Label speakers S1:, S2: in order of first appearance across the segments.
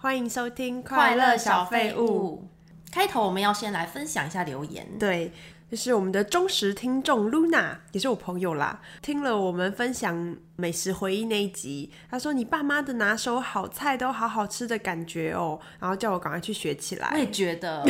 S1: 啊
S2: 迎收听《
S1: 快乐小废物》。开头我们要先来分享一下留言。
S2: 对，就是我们的忠实听众 Luna，也是我朋友啦。听了我们分享美食回忆那一集，她说你爸妈的拿手好菜都好好吃的感觉哦，然后叫我赶快去学起
S1: 我
S2: 来。
S1: 也觉得，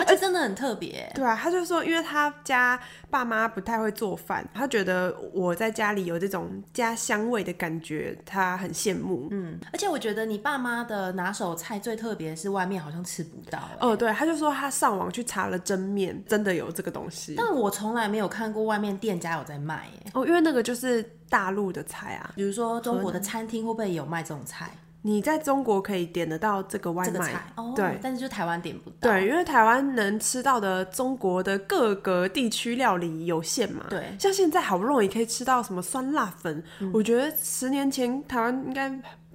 S1: 而且真的很特别。
S2: 对啊，她就说，因为她家爸妈不太会做饭，她觉得我在家里有这种家乡味的感觉，她很羡慕。嗯，
S1: 而且我觉得你爸妈的拿手菜最特别是外面好像吃不到、欸
S2: 哦，对，她就说她上网去查了蒸面，真的有这个东西。
S1: 但我从来没有看过外面店家有在卖、欸。
S2: 哦，因为那个就是大陆的菜啊，
S1: 比如说中国的餐厅会不会有卖这种菜？
S2: 你在中国可以点得到这个外
S1: 这个
S2: 卖，
S1: 菜哦，
S2: 对
S1: 但是就台湾点不到。
S2: 对，因为台湾能吃到的中国的各个地区料理有限嘛。
S1: 对嗯
S2: 像现在好不容易可以吃到什么酸辣粉，我觉得十年前台湾应该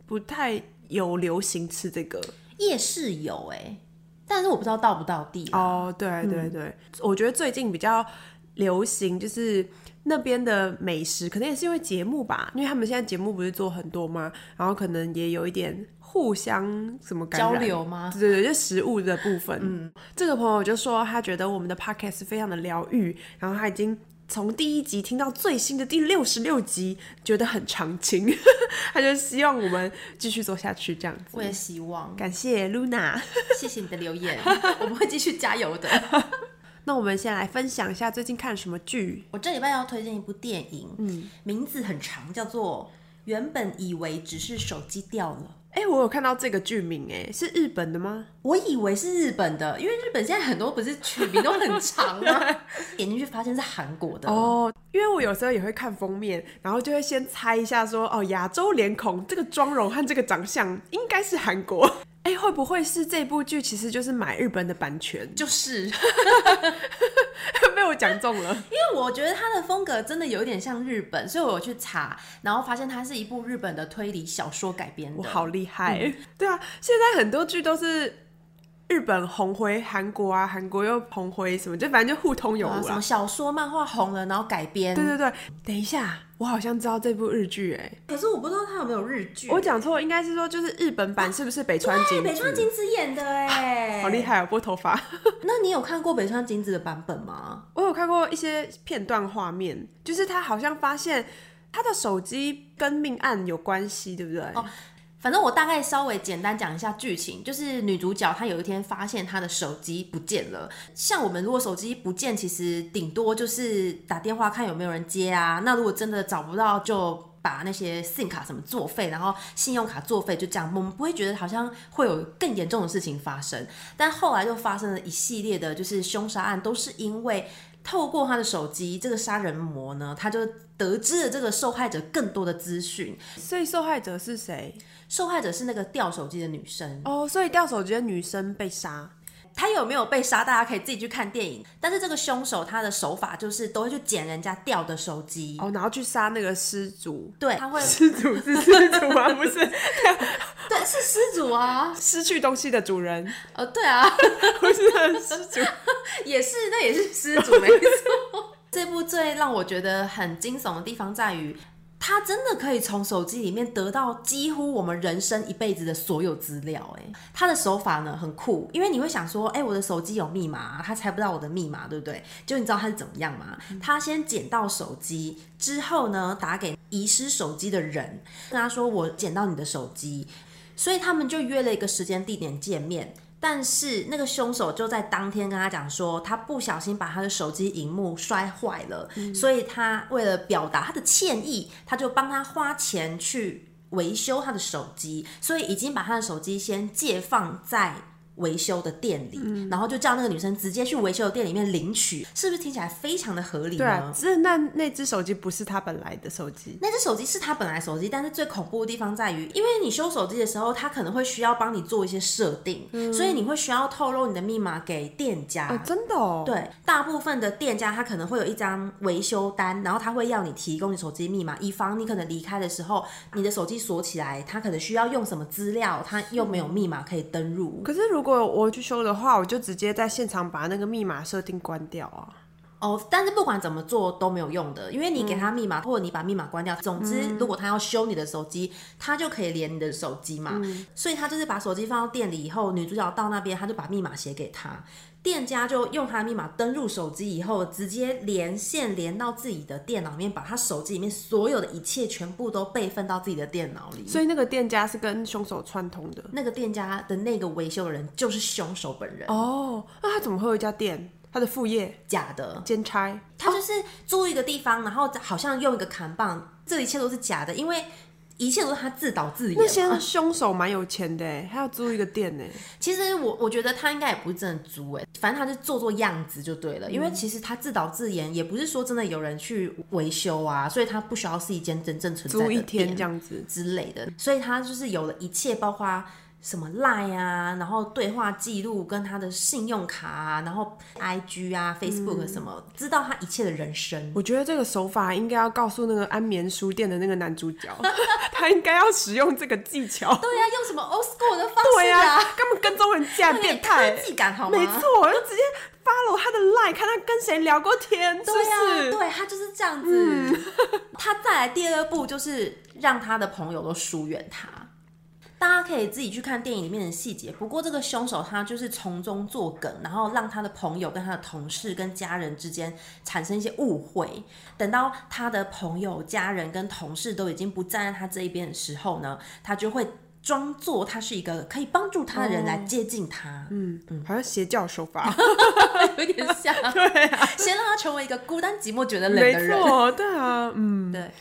S2: 不太有流行吃这个。
S1: 夜市有哎、欸但是我不知道到不到地啊。
S2: 哦，对对对，我觉得最近比较流行就是那边的美食，可能也是因为节目吧，因为他们现在节目不是做很多吗？然后可能也有一点互相什么感
S1: 交
S2: 染
S1: 流吗？
S2: 对对对，就食物的部分。嗯，这个朋友就说他觉得我们的 podcast 非常的疗愈，然后他已经从第一集听到最新的第六十六集，觉得很长情， 他就希望我们继续做下去这样
S1: 我
S2: 子。
S1: 也希望，
S2: 感谢 Luna。
S1: 谢谢你的留言，我们会继续加油的。
S2: 那我们先来分享一下最近看什么剧。
S1: 我这礼拜要推荐一部电影，嗯，名字很长，叫做《原本以为只是手机掉了》。
S2: 哎，我有看到这个剧名，哎，是日本的吗？
S1: 我以为是日本的，因为日本现在很多不是取名都很长吗？ 点进去发现是韩国的，
S2: 哦，因为我有时候也会看封面，然后就会先猜一下说，哦，亚洲脸孔这个妆容和这个长相应该是韩国。哎，会不会是这部剧其实就是买日本的版权？ 就
S1: 就是，因
S2: 被我讲中了。
S1: 为我觉得它的风格真的有点像日本，所以我有去查，然后发现它是一部日本的推理小说改编的。
S2: 我好厉害、
S1: 嗯
S2: 对啊，现在很多剧都是日本红回韩国啊，韩国又红回什么，就反正就互通有
S1: 啊，
S2: 无
S1: 什
S2: 啦。
S1: 么小说、漫画红了，然后改编。
S2: 对对对，等一下，我好像知道这部日剧哎、
S1: 可是我不知道它有没有日剧。啊
S2: 我讲错，应该是说就是日本版是不是北川景
S1: 对
S2: 子？
S1: 北川景子演的哎、
S2: 好厉！害哦，拨头 发。
S1: 那你有看过北川景子的版本吗？
S2: 我有看过一些片段画面，就是他好像发现他的手机跟命案有关系，对不对？哦，
S1: 反正我大概稍微简单讲一下剧情，就是女主角她有一天发现她的手机不见了。像我们如果手机不见，其实顶多就是打电话看有没有人接啊。那如果真的找不到，就把那些 SIM 卡什么作废，然后信用卡作废，就这样。我们不会觉得好像会有更严重的事情发生。但后来就发生了一系列的，就是凶杀案，都是因为透过他的手机，这个杀人魔呢，他就得知了这个受害者更多的资讯。
S2: 所以受害者是谁？
S1: 受害者是那个掉手机的女生，
S2: 哦，所以掉手机的女生被杀。
S1: 她有没有被杀，大家可以自己去看电影。但是这个凶手他的手法就是都会去捡人家掉的手机，
S2: 哦，然后去杀那个失主。
S1: 对，他会，
S2: 失主是失主 啊，不是
S1: 对，是失主啊，
S2: 失去东西的主人，
S1: 呃，对啊，
S2: 不是失主。
S1: 也是，那也是失主，没错。这部最让我觉得很惊悚的地方在于，他真的可以从手机里面得到几乎我们人生一辈子的所有资料。哎，他的手法呢很酷，因为你会想说，哎，我的手机有密码啊，他猜不到我的密码，对不对？就你知道他是怎么样吗？他先捡到手机之后呢，打给遗失手机的人，跟他说我捡到你的手机，所以他们就约了一个时间地点见面。但是那个凶手就在当天跟他讲说，他不小心把他的手机荧幕摔坏了，
S2: 嗯
S1: 所以他为了表达他的歉意，他就帮他花钱去维修他的手机，所以已经把他的手机先借放在。维修的店里，
S2: 嗯
S1: 然后就叫那个女生直接去维修的店里面领取，是不是听起来非常的合理呢？
S2: 对啊，只是那那只手机不是他本来的手机。
S1: 那只手机是他本来手机，但是最恐怖的地方在于，因为你修手机的时候，他可能会需要帮你做一些设定，所以你会需要透露你的密码给店家。
S2: 哦，真的哦。。
S1: 对，大部分的店家他可能会有一张维修单，然后他会要你提供你手机密码，以防你可能离开的时候，你的手机锁起来，他可能需要用什么资料，他又没有密码可以登入。
S2: 可是如果我去修的话，我就直接在现场把那个密码设定关掉啊。
S1: 哦，但是不管怎么做都没有用的，因为你给他密码、或者你把密码关掉，总之如果他要修你的手机，他就可以连你的手机嘛。所以他就是把手机放到店里以后，女主角到那边，他就把密码写给他，店家就用他的密码登入手机以后，直接连线连到自己的电脑里面，把他手机里面所有的一切全部都备份到自己的电脑里。
S2: 所以那个店家是跟凶手串通的。
S1: 那个店家的那个维修的人就是凶手本人，
S2: 哦，那他怎么会有一家店？他的副业
S1: 假的。
S2: 兼差，
S1: 他就是租一个地方，然后好像用一个砍棒，这一切都是假的，因为一切都是他自导
S2: 那
S1: 自演嘛。
S2: 些凶手蛮有钱的欸，他要租一个店呢。
S1: 其实我我觉得他应该也不是真的租哎，反正他就做做样子就对
S2: 嗯
S1: 了。因为其实他自导自演，也不是说真的有人去维修啊，所以他不需要是一间真正存在的
S2: 租一天
S1: 店
S2: 这样子。
S1: 之类的，所以他就是有了一切，包括什么赖啊，然后对话记录跟他的信用卡啊，然后 IG 啊、Facebook
S2: 嗯
S1: 什么，知道他一切的人生。
S2: 我觉得这个手法应该要告诉那个安眠书店的那个男主角， 他应该要使用这个技巧。
S1: 对呀、用什么 old school 的方
S2: 对
S1: 式
S2: 呀、
S1: 啊，
S2: 根本跟踪人家
S1: 有
S2: 变
S1: 点
S2: 态
S1: 科
S2: 欸，
S1: 技感好吗？
S2: 没错，我就直接 follow 他的 line，看他跟谁聊过天，是不
S1: 对呀、
S2: 是？嗯
S1: 对他就是这样子。 他再来第二步就是让他的朋友都疏远他。大家可以自己去看电影里面的细节。不过这个凶手他就是从中作梗，然后让他的朋友、跟他的同事、跟家人之间产生一些误会。等到他的朋友、家人跟同事都已经不站在他这一边的时候呢，他就会装作他是一个可以帮助他的人来
S2: 哦
S1: 接近他。
S2: 好像邪教手 法，
S1: 有点像，
S2: 对啊，
S1: 先让他成为一个孤单寂寞觉得冷
S2: 没
S1: 的人。
S2: 错，对啊，嗯，
S1: 对，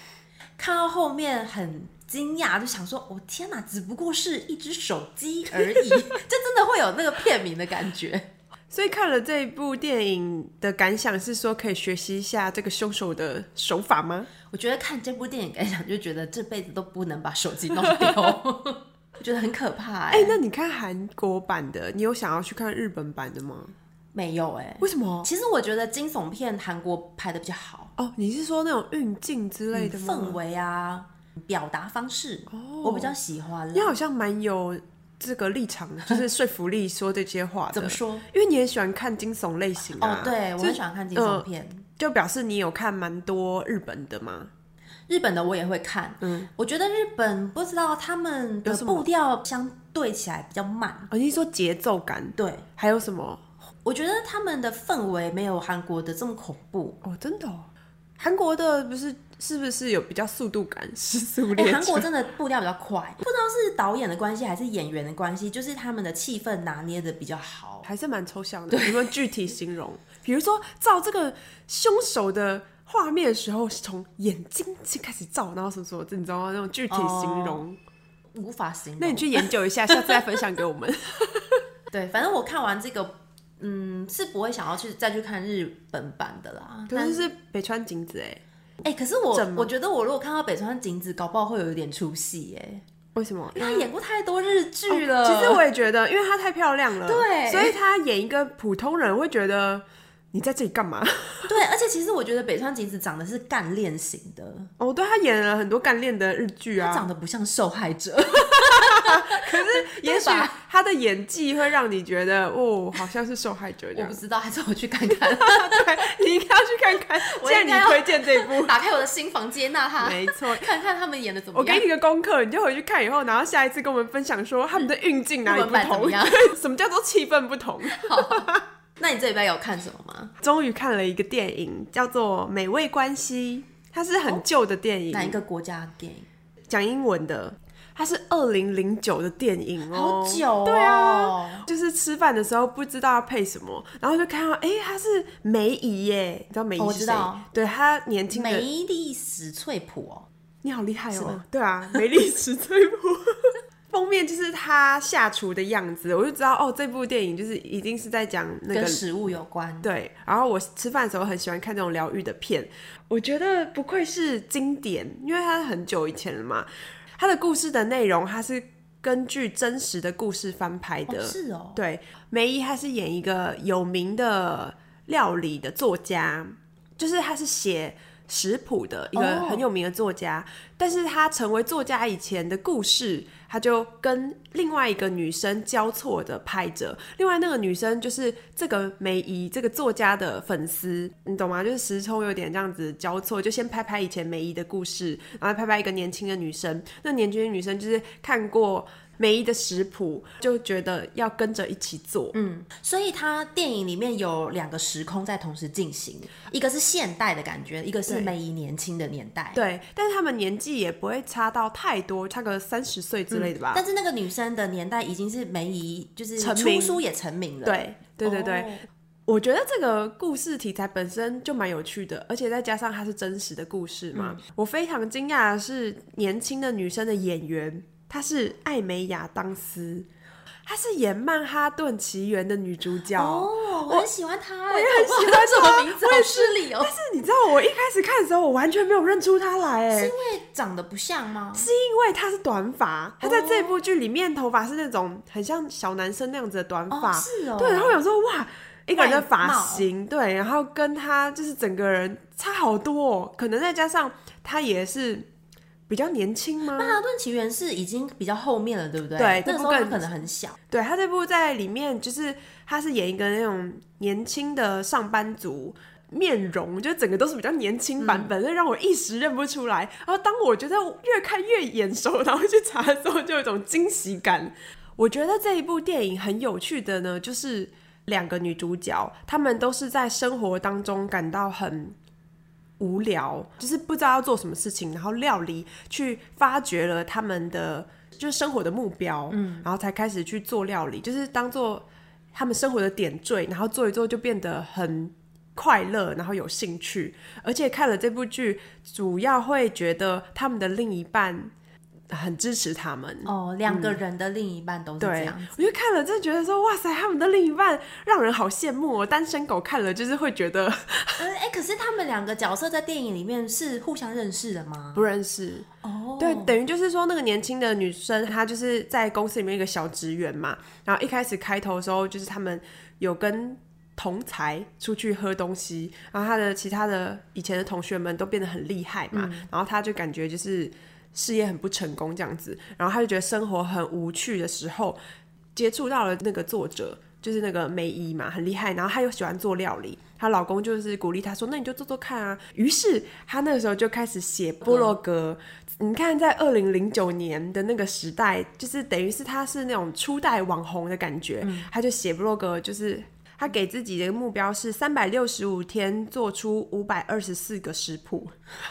S1: 看到后面很惊讶，就想说：“我、天哪，只不过是一只手机 而已。”就真的会有那个片名的感觉。
S2: 所以看了这一部电影的感想是说，可以学习一下这个凶手的手法吗？
S1: 我觉得看这部电影感想，就觉得这辈子都不能把手机弄丢， 我觉得很可怕、
S2: 哎、
S1: 哎、
S2: 那你看韩国版的，你有想要去看日本版的吗？
S1: 嗯没有哎、
S2: 为什么？
S1: 其实我觉得惊悚片韩国拍的比较好，
S2: 哦，你是说那种运镜之类的吗？哦
S1: 氛围啊，表达方式，我比较喜欢
S2: 你
S1: 啦。
S2: 好像蛮有这个立场的，就是说服力说这些话的。
S1: 怎么说？
S2: 因为你很喜欢看惊悚类型
S1: 哦
S2: 啊，，
S1: 对，我
S2: 就
S1: 很喜欢看惊悚
S2: 呃
S1: 片。
S2: 就表示你有看蛮多日本的嘛。
S1: 日本的我也会看，嗯，我觉得日本不知道他们的
S2: 有什么
S1: 步调相对起来比较慢，
S2: 哦，你是说节奏感，
S1: 对
S2: 还有什么？
S1: 我觉得他们的氛围没有韩国的这么恐怖。
S2: 哦，真的、哦，韩国的不是是不是有比较速度感，失速
S1: 哎、
S2: 列车？
S1: 韩国真的步调比较快，不知道是导演的关系还是演员的关系，就是他们的气氛拿捏的比较好。
S2: 还是蛮抽象的，有没有具体形容？比如说照这个凶手的画面的时候，是从眼睛先开始照，然后什么什么，你知道吗？那种具体形容。
S1: 无法形容。
S2: 那你去研究一下，下次再分享给我 们。
S1: 对，反正我看完这个，嗯，是不会想要去再去看日本版的啦。
S2: 可
S1: 但
S2: 是是北川景子哎，
S1: 哎、可是我
S2: 怎么
S1: 我觉得我如果看到北川景子，搞不好会有一点出戏哎、
S2: 为什么？
S1: 因为她演过太多日剧了、
S2: 啊哦其实我也觉得，因为她太漂亮了，
S1: 对
S2: 所以她演一个普通人会觉得你在这里干嘛？
S1: 对，而且其实我觉得北川景子长得是干练型的，
S2: 哦，对，她演了很多干练的日剧
S1: 她
S2: 啊，
S1: 长得不像受害者。
S2: 也许
S1: 对吧
S2: 她的演技会让你觉得哦，好像是受害者这
S1: 我
S2: 样
S1: 不。知道，还是我去看看，
S2: 对， 你应该要啊去看看。
S1: 我
S2: 既然
S1: 应
S2: 你
S1: 该要
S2: 推荐这一 部，
S1: 打开我的心房，接纳她，
S2: 没错。
S1: 看看他们演的怎么
S2: 我
S1: 样
S2: 给。你个功课，你就回去看以后，然后下一次跟我们分享说他们的运镜哪里
S1: 日
S2: 不
S1: 文版怎
S2: 同
S1: 么，样
S2: 对 什么叫做气氛不同。
S1: 那你这礼拜有看什么吗？
S2: 终于看了一个电影，叫做《美味关系》，它是很旧的电影，
S1: 哪一个国家的电影？
S2: 讲英文的，它是二零零九的电影哦，
S1: 好久哦
S2: 对啊，就是吃饭的时候不知道要配什么，然后就看到哎，诶它是梅姨耶，你知道梅
S1: 哦
S2: 姨
S1: 我
S2: 是
S1: 知
S2: 谁？
S1: 道
S2: 对，她年轻
S1: 梅
S2: 的，
S1: 丽史翠普哦，
S2: 你好厉害
S1: 是
S2: 哦
S1: 吗，
S2: 对啊，梅丽史翠普。 封面就是她下厨的样子，我就知道哦，这部电影就是一定是在讲那
S1: 跟
S2: 个
S1: 食物有关。
S2: 对，然后我吃饭的时候很喜欢看这种疗愈的片，我觉得不愧是经典，因为它很久以前了嘛。它的故事的内容，它是根据真实的故事翻拍的。
S1: 哦，是哦，
S2: 对，梅姨她是演一个有名的料理的作家，就是她是写食谱的一个
S1: 哦
S2: 很有名的作家但是他成为作家以前的故事，他就跟另外一个女生交错的拍着，另外那个女生就是这个梅姨这个作家的粉丝，你懂吗？就是时空有点这样子交错，就先拍拍以前梅姨的故事，然后再拍拍一个年轻的女生，那年轻的女生就是看过。梅姨的食谱就觉得要跟着一起做，
S1: 所以它电影里面有两个时空在同时进行，一个是现代的感觉，一个是
S2: 对
S1: 梅姨年轻的年代。
S2: 对，但是他们年纪也不会差到太多，差个三十岁之类的吧。
S1: 但是那个女生的年代已经是梅姨，就是
S2: 啊成
S1: 出
S2: 名
S1: 书也成名了。
S2: 对对对对，
S1: 哦
S2: 我觉得这个故事题材本身就蛮有趣的，而且再加上它是真实的故事嘛，
S1: 嗯
S2: 我非常惊讶的是年轻的女生的演员，她是艾美亚当斯，她是演《曼哈顿奇缘》的女主角。
S1: 哦，我很喜欢他，我
S2: 也很喜欢
S1: 这
S2: 她
S1: 个名字，好失礼哦。
S2: 但是你知道，我一开始看的时候，我完全没有认出她来，哎，
S1: 因为长得不像吗？
S2: 是因为她是短发，她在这
S1: 哦
S2: 部剧里面头发是那种很像小男生那样子的短发，
S1: 哦是哦
S2: 对，然后有时候哇，一个人的
S1: 外
S2: 发
S1: 貌
S2: 型，对，然后跟她就是整个人差好多、哦，可能再加上她也是比较年轻吗？
S1: 《曼哈顿奇缘》是已经比较后面了，对不对？
S2: 对这
S1: 那个
S2: 部
S1: 时候他
S2: 更
S1: 可能很小。
S2: 对他这部在里面就是他是演一个那种年轻的上班族。面容就整个都是比较年轻版本，那、让我一时认不出来。然后当我觉得越看越眼熟，然后去查的时候，就有一种惊喜感。我觉得这一部电影很有趣的呢，就是两个女主角，她们都是在生活当中感到很无聊，就是不知道要做什么事情，然后料理去发掘了他们的就是生活的目标，嗯，然后才开始去做料理，就是当做他们生活的点缀，然后做一做就变得很快乐，然后有兴趣，而且看了这部剧，主要会觉得他们的另一半很支持他们，
S1: 哦，两个人的另一半都是这
S2: 对
S1: 样。，
S2: 我就看了，真的觉得说，哇塞，他们的另一半让人好羡慕哦。单身狗看了就是会觉得
S1: 哎、哎可是他们两个角色在电影里面是互相认识的吗？
S2: 不认识。
S1: 哦，
S2: 对，等于就是说，那个年轻的女生她就是在公司里面一个小职员嘛。然后一开始开头的时候，就是他们有跟同才出去喝东西，然后她的其他的以前的同学们都变得很厉害嘛，然后她就感觉就是事业很不成功这样子，然后她就觉得生活很无趣的时候，接触到了那个作者。就是那个梅姨嘛，很厉害，然后她又喜欢做料理，她老公就是鼓励她说：“那你就做做看啊。”于是她那个时候就开始写部落格，你看，在二零零九年的那个时代，就是等于是他是那种初代网红的感觉，他就写 blog，就是他给自己的目标是三百六十五天做出五百二十四个食谱。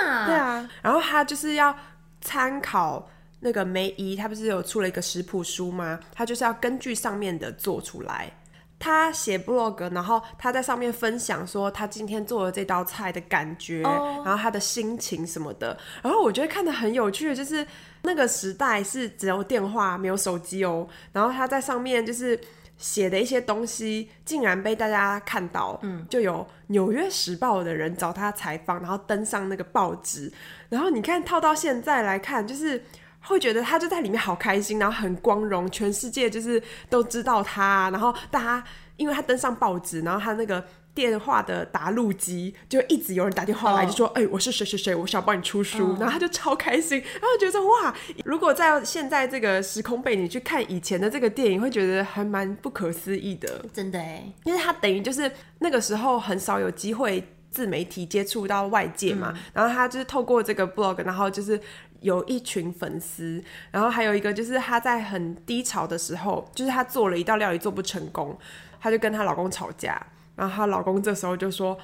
S1: 那
S2: 对啊，然后他就是要参考那个梅姨，她不是有出了一个食谱书吗？她就是要根据上面的做出来。她写 blog，然后她在上面分享说她今天做的这道菜的感觉然后她的心情什么的。然后我觉得看的很有趣的就是那个时代是只有电话没有手机哦，然后她在上面就是。写的一些东西竟然被大家看到，嗯，就有《纽约时报》的人找他采访，然后登上那个报纸，然后你看套到现在来看，就是会觉得他就在里面好开心，然后很光荣，全世界就是都知道他，然后大家因为他登上报纸，然后他那个。电话的打录机就一直有人打电话来，
S1: 哦
S2: 就说：“哎、我是谁谁谁，我想帮你出书。然后他就超开心，然后觉得哇，如果在现在这个时空背景去看以前的这个电影，会觉得还蛮不可思议的。
S1: 真的哎，
S2: 因为他等于就是那个时候很少有机会自媒体接触到外界嘛，然后他就是透过这个 blog，然后就是有一群粉丝，然后还有一个就是他在很低潮的时候，就是他做了一道料理做不成功，她就跟她老公吵架，然后她老公这时候就说。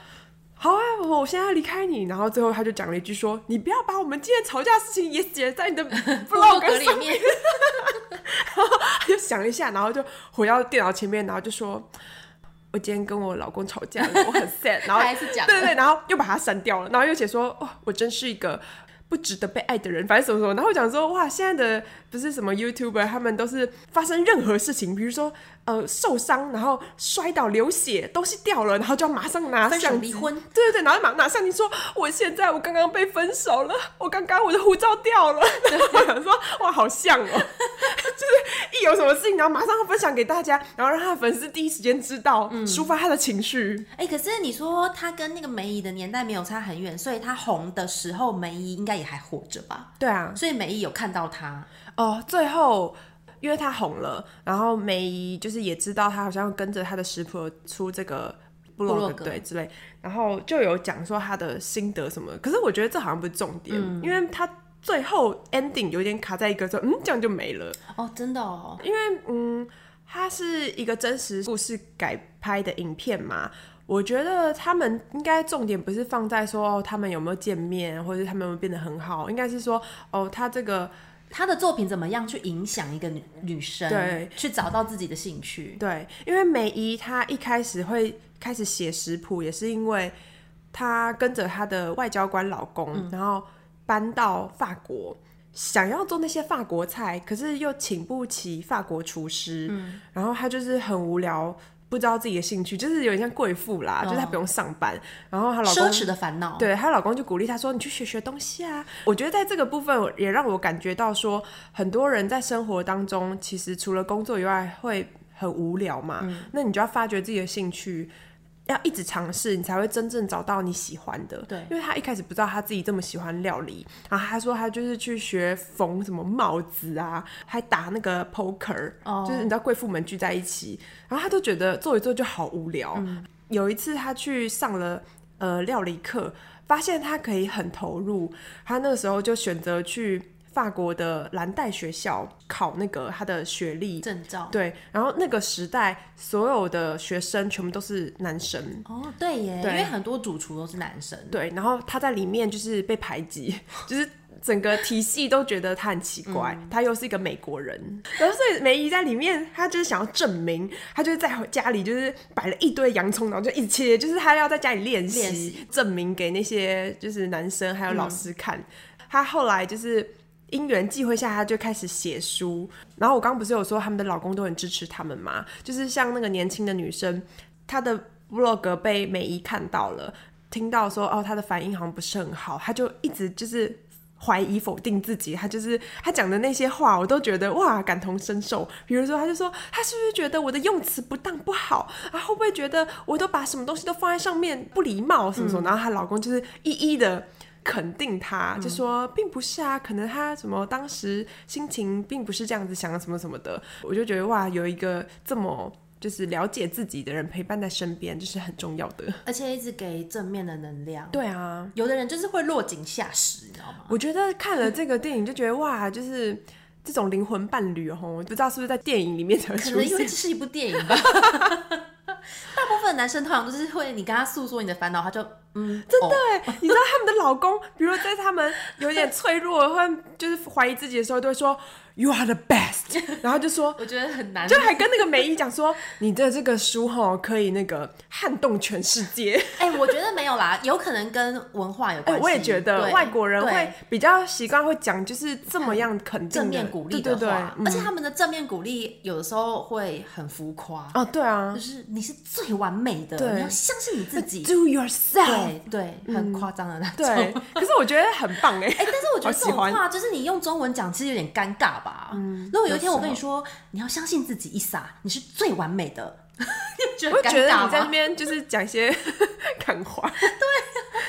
S2: 好啊，我现在要离开你。然后最后他就讲了一句说：“你不要把我们今天吵架的事情也写在你的 blog
S1: 格
S2: 上
S1: 里面，
S2: 他就想了一下，然后就回到电脑前面，然后就说：“我今天跟我老公吵 架了，我很 sad。”然后
S1: 还是讲了
S2: 对对对，然后又把它删掉了，然后又写说：“哦，我真是一个。”不值得被爱的人，反正什么什么。然后我讲说，哇，现在的不是什么 YouTuber，他们都是发生任何事情，比如说呃受伤，然后摔倒流血，东西掉了，然后就要马上拿
S1: 分手
S2: 相机
S1: 离婚
S2: 对对对，然后马拿相机说，我现在我刚刚被分手了，我刚刚我的护照掉了。 然后我想说，哇，好像哦。 一有什么事情，然后马上分享给大家，然后让他的粉丝第一时间知道，抒发他的情绪。
S1: 哎、可是你说他跟那个梅姨的年代没有差很远，所以他红的时候，梅姨应该也还活着吧？
S2: 对啊，
S1: 所以梅姨有看到他，
S2: 哦，最后因为他红了，然后梅姨就是也知道他好像跟着他的食谱出这个。部
S1: 部落
S2: 落格
S1: 格
S2: 对之类，然后就有讲说他的心得什么，可是我觉得这好像不是重点，因为他最后 ending 有点卡在一个说，嗯，这样就没了。
S1: 哦，真的哦，
S2: 因为嗯，它是一个真实故事改拍的影片嘛，我觉得他们应该重点不是放在说、哦、他们有没有见面，或者是他们有没有变得很好，应该是说哦，他这个
S1: 他的作品怎么样去影响一个女女生，
S2: 对，
S1: 去找到自己的兴趣，
S2: 对，因为美伊她一开始会开始写食谱，也是因为她跟着她的外交官老公，
S1: 嗯
S2: 然后搬到法国。想要做那些法国菜，可是又请不起法国厨师，
S1: 嗯
S2: 然后她就是很无聊，不知道自己的兴趣，就是有点像贵妇啦，就是她不用上班，然后她老公
S1: 哦奢侈的烦恼，
S2: 对，她老公就鼓励她说：“你去学学东西啊。”我觉得在这个部分也让我感觉到说，很多人在生活当中，其实除了工作以外会很无聊嘛。那你就要发掘自己的兴趣，要一直尝试，你才会真正找到你喜欢的。
S1: 对
S2: 因为她一开始不知道她自己这么喜欢料理，然后她说她就是去学缝什么帽子啊，还打那个 poker，、就是你知道贵妇们聚在一起，然后她都觉得做一做就好无聊。有一次她去上了呃料理课，发现她可以很投入，她那个时候就选择去法国的蓝带学校考那个她的学历。
S1: 证照，
S2: 对，然后那个时代所有的学生全部都是男生，
S1: 哦，对耶，
S2: 对
S1: 因为很多主厨都是男生，
S2: 对，然后他在里面就是被排挤， 就是整个体系都觉得他很奇怪，
S1: 嗯
S2: 他又是一个美国人，然后所以梅姨在里面，她就是想要证明，她就是在家里就是摆了一堆洋葱，然后就一直切，就是她要在家里练
S1: 练
S2: 习
S1: 习，
S2: 证明给那些就是男生还有老师看。
S1: 嗯
S2: 她后来就是。因缘际会下，她就开始写书。然后我刚刚不是有说他们的老公都很支持他们嘛？就是像那个年轻的女生，她的 vlog 被美伊看到了，听到说哦，她的反应好像不是很好，她就一直就是怀疑否定自己。她就是她讲的那些话，我都觉得哇感同身受。比如说，她就说她是不是觉得我的用词不当不好啊？会不会觉得我都把什么东西都放在上面不礼貌什么什么？然后她老公就是一一的。肯定她，就说并不是啊，可能她什么当时心情并不是这样子想什么什么的，我就觉得哇，有一个这么就是了解自己的人陪伴在身边，这、是很重要的。
S1: 而且一直给正面的能量，
S2: 对啊，
S1: 有的人就是会落井下石，你知道吗？
S2: 我觉得看了这个电影就觉得哇，就是这种灵魂伴侣哦，我不知道是不是在电影里面才会
S1: 可
S2: 出
S1: 能因为
S2: 现
S1: 这。是一部电影吧。 大部分男生通常都是会，你跟他诉说你的烦恼，他就嗯，真的、
S2: 对，你知道他们的老公，比如在他们有点脆弱，或就是怀疑自己的时候，都会说 “You are the best”，然后就说
S1: 我觉得很难。
S2: 就还跟那个梅姨讲说，你的这个书哈可以那个撼动全世界。
S1: 哎、我觉得没有啦，有可能跟文化有
S2: 哎、
S1: 关系。
S2: 我也觉得
S1: 对
S2: 外国人
S1: 对
S2: 会比较习惯会讲就是这么样肯定的
S1: 正面鼓励
S2: 对
S1: 的
S2: 对对
S1: 话，，
S2: 嗯
S1: 而且他们的正面鼓励有的时候会很浮夸，
S2: 哦对啊
S1: 就是你是最完美的，
S2: 对
S1: 你要相信你自己。
S2: ，Do yourself，
S1: 对对，很夸张的那种。
S2: 嗯对，可是我觉得很棒哎、
S1: 哎、但是我觉
S2: 好
S1: 得
S2: 喜
S1: 这种
S2: 欢嗯
S1: 话就是你用中文讲，其实有点尴尬吧。如果有一天我跟你说，你要相信自己，伊莎，你是最完美的， 你觉得
S2: 我
S1: 很
S2: 觉得
S1: 尴尬
S2: 你在那
S1: 吗？
S2: 边就是讲一些 看话，对、
S1: 啊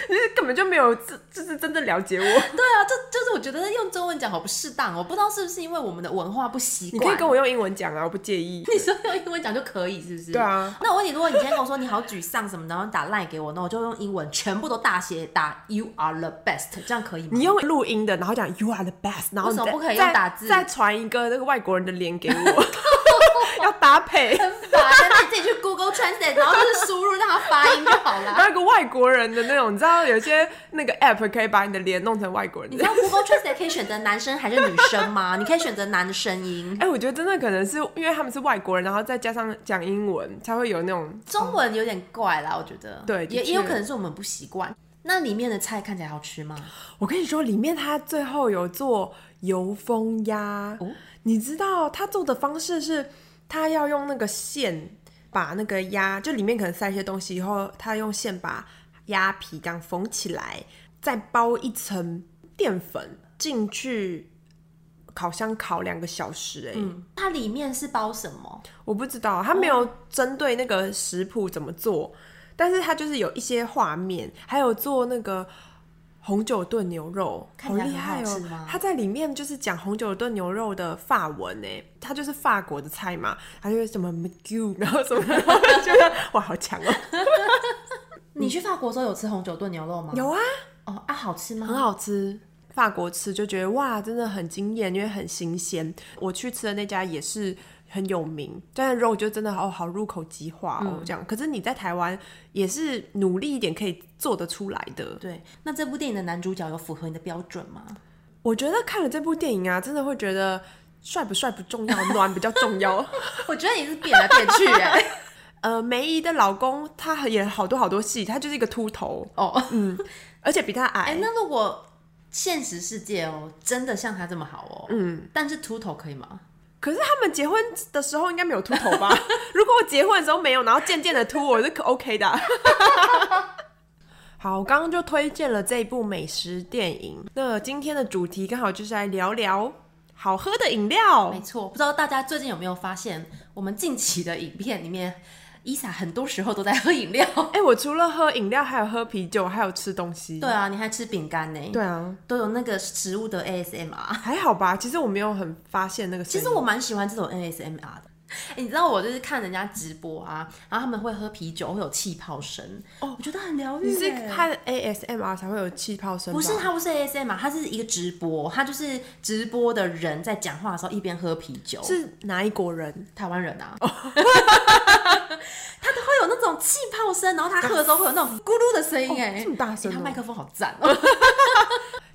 S2: 就是根本就没有自就是真正了解 我。
S1: 对啊，这就是我觉得用中文讲好不适当哦，我不知道是不是因为我们的文化不习
S2: 你
S1: 惯。
S2: 可以跟我用英文讲啊，我不介意。
S1: 你说用英文讲就可以，是不是？
S2: 对啊。
S1: 那我问你，如果你今天跟我说你好沮丧什么，然后你打 line 给我，那我就用英文全部都大写打 You are the best，这样可以吗？
S2: 你用录音的，然后讲 You are the best，然后
S1: 为什
S2: 你
S1: 么不可以
S2: 再
S1: 用打字
S2: 再再传一个那个外国人的脸给我， 要搭配，
S1: 很烦，那你自己去 Google Translate，然后就是输入让它发音就好 啦。
S2: 还有一个外国人的那种，你知道有些那个 app 可以把你的脸弄成外国人
S1: 你
S2: 的
S1: 知。道 Google Translate 可以选择男生还是女生吗？你可以选择男的声音。
S2: 哎、我觉得真的可能是因为他们是外国人，然后再加上讲英文，才会有那种
S1: 中文有点怪啦，我觉得。
S2: 对的
S1: 也
S2: 确
S1: 也有可能是我们不习惯。那里面的菜看起来好吃吗？
S2: 我跟你说，里面他最后有做油封鸭，
S1: 哦
S2: 你知道他做的方式是，他要用那个线把那个鸭，就里面可能塞一些东西以后，他用线把鸭皮这样缝起来，再包一层淀粉进去烤箱烤两个小时、哎、
S1: 它里面是包什么？
S2: 我不知道，他没
S1: 哦
S2: 有针对那个食谱怎么做，但是他就是有一些画面，还有做那个红酒炖牛肉，
S1: 看
S2: 好
S1: 起来
S2: 厉害
S1: 很好吃
S2: 哦
S1: 吗！
S2: 他在里面就是讲红酒炖牛肉的法文呢，欸他就是法国的菜嘛，他就是什么 m a g u 然后 什么，然后就觉得哇，好强哦！
S1: 你去法国的时候有吃红酒炖牛肉吗？
S2: 嗯有啊，
S1: 哦啊，好吃吗？
S2: 很好吃。法国吃就觉得哇，真的很惊艳，因为很新鲜。我去吃的那家也是很有名，但是肉就真的好好入口即化哦，这样。可是你在台湾也是努力一点可以做得出来的。
S1: 对，那这部电影的男主角有符合你的标准吗？
S2: 我觉得看了这部电影啊，真的会觉得帅不帅不重要，暖比较重要。
S1: 我觉得你是变来变去哎、
S2: 呃，梅姨的老公他也好多好多戏，他就是一个秃头，
S1: 哦，
S2: 而且比他矮。
S1: 哎、那如果现实世界哦，真的像他这么好哦，嗯，但是秃头可以吗？
S2: 可是他们结婚的时候应该没有秃头吧？ 如果我结婚的时候没有，然后渐渐的秃，我是可 OK 的啊。 好，我刚刚就推荐了这一部美食电影。那今天的主题刚好就是来聊聊好喝的饮料
S1: 没。错，不知道大家最近有没有发现，我们近期的影片里面，伊莎很多时候都在喝饮料。
S2: 哎、我除了喝饮料，还有喝啤酒，还有吃东西。
S1: 对啊，你还吃饼干呢，
S2: 对啊，
S1: 都有那个食物的 ASMR。
S2: 还好吧。其实我没有很发现那个声
S1: 其
S2: 音。
S1: 实我蛮喜欢这种 ASMR 的。哎、你知道我就是看人家直播啊，然后他们会喝啤酒，会有气泡声，哦，我觉得很疗愈欸
S2: 你
S1: 耶。
S2: 是看 ASMR 才会有气泡声吧，
S1: 不是，它不是 ASMR，它是一个直播，它就是直播的人在讲话的时候一边喝啤酒，
S2: 是哦哪一国人？
S1: 台湾人啊， 他都会有那种气泡声，然后他喝的时候会有那种咕噜的声音、哎、
S2: 哦这么大声哦
S1: 哎他麦克风好赞 哦，